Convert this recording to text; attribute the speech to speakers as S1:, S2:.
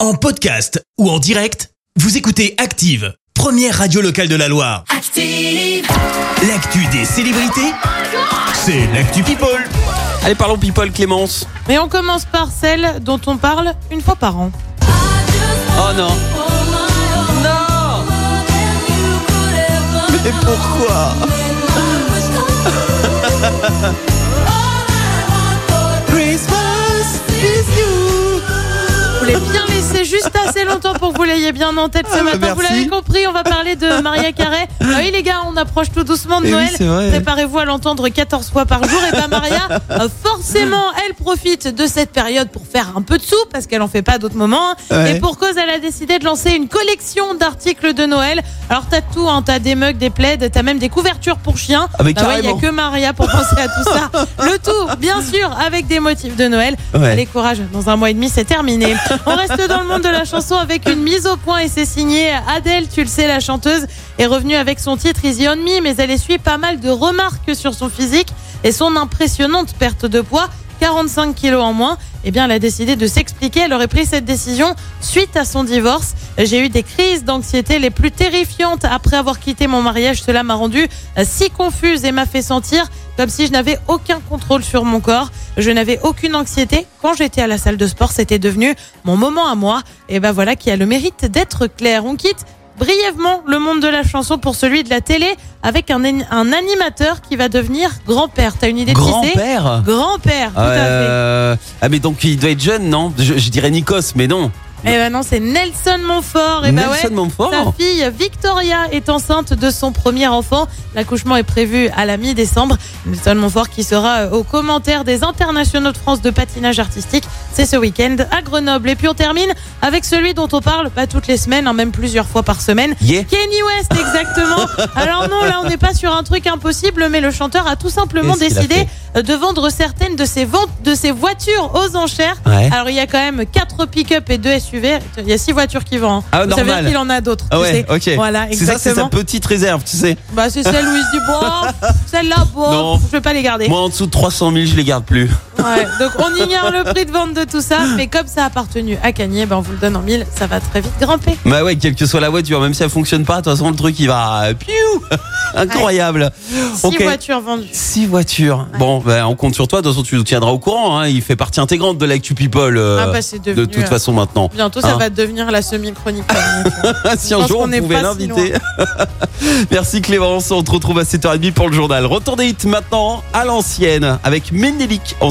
S1: En podcast ou en direct, vous écoutez Active, première radio locale de la Loire.
S2: Active,
S1: L'actu des célébrités, c'est l'actu People.
S3: Allez, parlons people, Clémence.
S4: Mais on commence par celle dont on parle une fois par an.
S3: Oh non. Non Mais pourquoi
S4: Je voulais bien laisser juste assez longtemps pour que vous l'ayez bien en tête ce matin. vous
S3: Ah, merci.
S4: l'avez compris, on va parler de Maria Carré. Ah oui, les gars, on approche tout doucement de
S3: Eh oui,
S4: Noël.
S3: c'est vrai.
S4: Préparez-vous à l'entendre 14 fois par jour. Et bah, Maria, euh, forcément, elle profite de cette période pour faire un peu de sous parce qu'elle en fait pas d'autres moments. hein.
S3: Ouais.
S4: Et pour cause, elle a décidé de lancer une collection d'articles de Noël. Alors, t'as tout, hein, t'as des mugs, des plaids, t'as même des couvertures pour chiens.
S3: Ah, mais
S4: Bah ouais, il
S3: carrément.
S4: y a que Maria pour penser à tout ça. Le tout, bien sûr, avec des motifs de Noël.
S3: Ouais.
S4: Allez, courage, dans un mois et demi, c'est terminé. On reste dans le monde de la chanson avec une mise au point et c'est signé Adèle, tu le sais, la chanteuse est revenue avec son titre Easy on Me, mais elle essuie pas mal de remarques sur son physique et son impressionnante perte de poids. 45 kilos en moins, eh bien, elle a décidé de s'expliquer. Elle aurait pris cette décision suite à son divorce. J'ai eu des crises d'anxiété les plus terrifiantes après avoir quitté mon mariage. Cela m'a rendue euh, si confuse et m'a fait sentir comme si je n'avais aucun contrôle sur mon corps. Je n'avais aucune anxiété. Quand j'étais à la salle de sport, c'était devenu mon moment à moi. Et ben voilà qui a le mérite d'être clair. On quitte brièvement le monde de la chanson pour celui de la télé avec un, an- un animateur qui va devenir grand-père. T'as une idée de qui c'est
S3: Grand-père
S4: Grand-père, tout à fait.
S3: Euh, Ah, mais donc il doit être jeune, non je, je dirais Nikos, mais non.
S4: Eh ben non, c'est Nelson Montfort. Et ben
S3: Nelson
S4: ouais. Sa
S3: Montfort
S4: fille Victoria est enceinte de son premier enfant. L'accouchement est prévu à la mi-décembre. Nelson Montfort qui sera euh, au commentaire des internationaux de France de patinage artistique. C'est ce week-end à Grenoble. Et puis on termine avec celui dont on parle pas toutes les semaines, hein, même plusieurs fois par semaine.
S3: Yeah.
S4: Kenny West, exactement. Alors non, là, on n'est pas sur un truc impossible, mais le chanteur a tout simplement
S3: Qu'est-ce qu'il a
S4: décidé euh, de vendre certaines de ses, ventes, de ses voitures aux enchères.
S3: Ouais.
S4: Alors il y a quand même 4 pick-up et 2 SUV. Il y a 6 voitures qui vendent.
S3: Ah,
S4: Ça veut dire
S3: normal.
S4: qu'il en a d'autres.
S3: Ah
S4: tu
S3: ouais,
S4: sais.
S3: ok.
S4: Voilà,
S3: c'est ça, c'est sa
S4: exactement.
S3: petite réserve, tu sais.
S4: bah, c'est celle où il se dit, bon, celle-là, bon,
S3: Non.
S4: je vais pas les garder.
S3: Moi, en dessous de 300 000, je les garde plus.
S4: Ouais, donc on ignore le prix de vente de tout ça, mais comme ça a appartenu à Kanye, ben on vous le donne en mille, ça va très vite grimper.
S3: Bah ouais, quelle que soit la voiture, même si elle fonctionne pas, de toute façon, le truc, il va. euh, Piou Incroyable.
S4: 6
S3: Ok.
S4: voitures vendues.
S3: Six voitures. Bon, ben, on compte sur toi. De toute façon, tu nous tiendras au courant. hein. Il fait partie intégrante de l'actu people. euh,
S4: Ah bah, c'est devenu,
S3: de toute
S4: euh,
S3: façon, maintenant.
S4: Bientôt, ça
S3: Hein
S4: va devenir la semi-chronique.
S3: si
S4: je
S3: un
S4: pense
S3: jour
S4: qu'on
S3: on
S4: n'est
S3: pouvait
S4: pas si
S3: l'inviter. Merci Clémence. On te retrouve à 7h30 pour le journal. Retour des hits maintenant à l'ancienne avec Ménélic en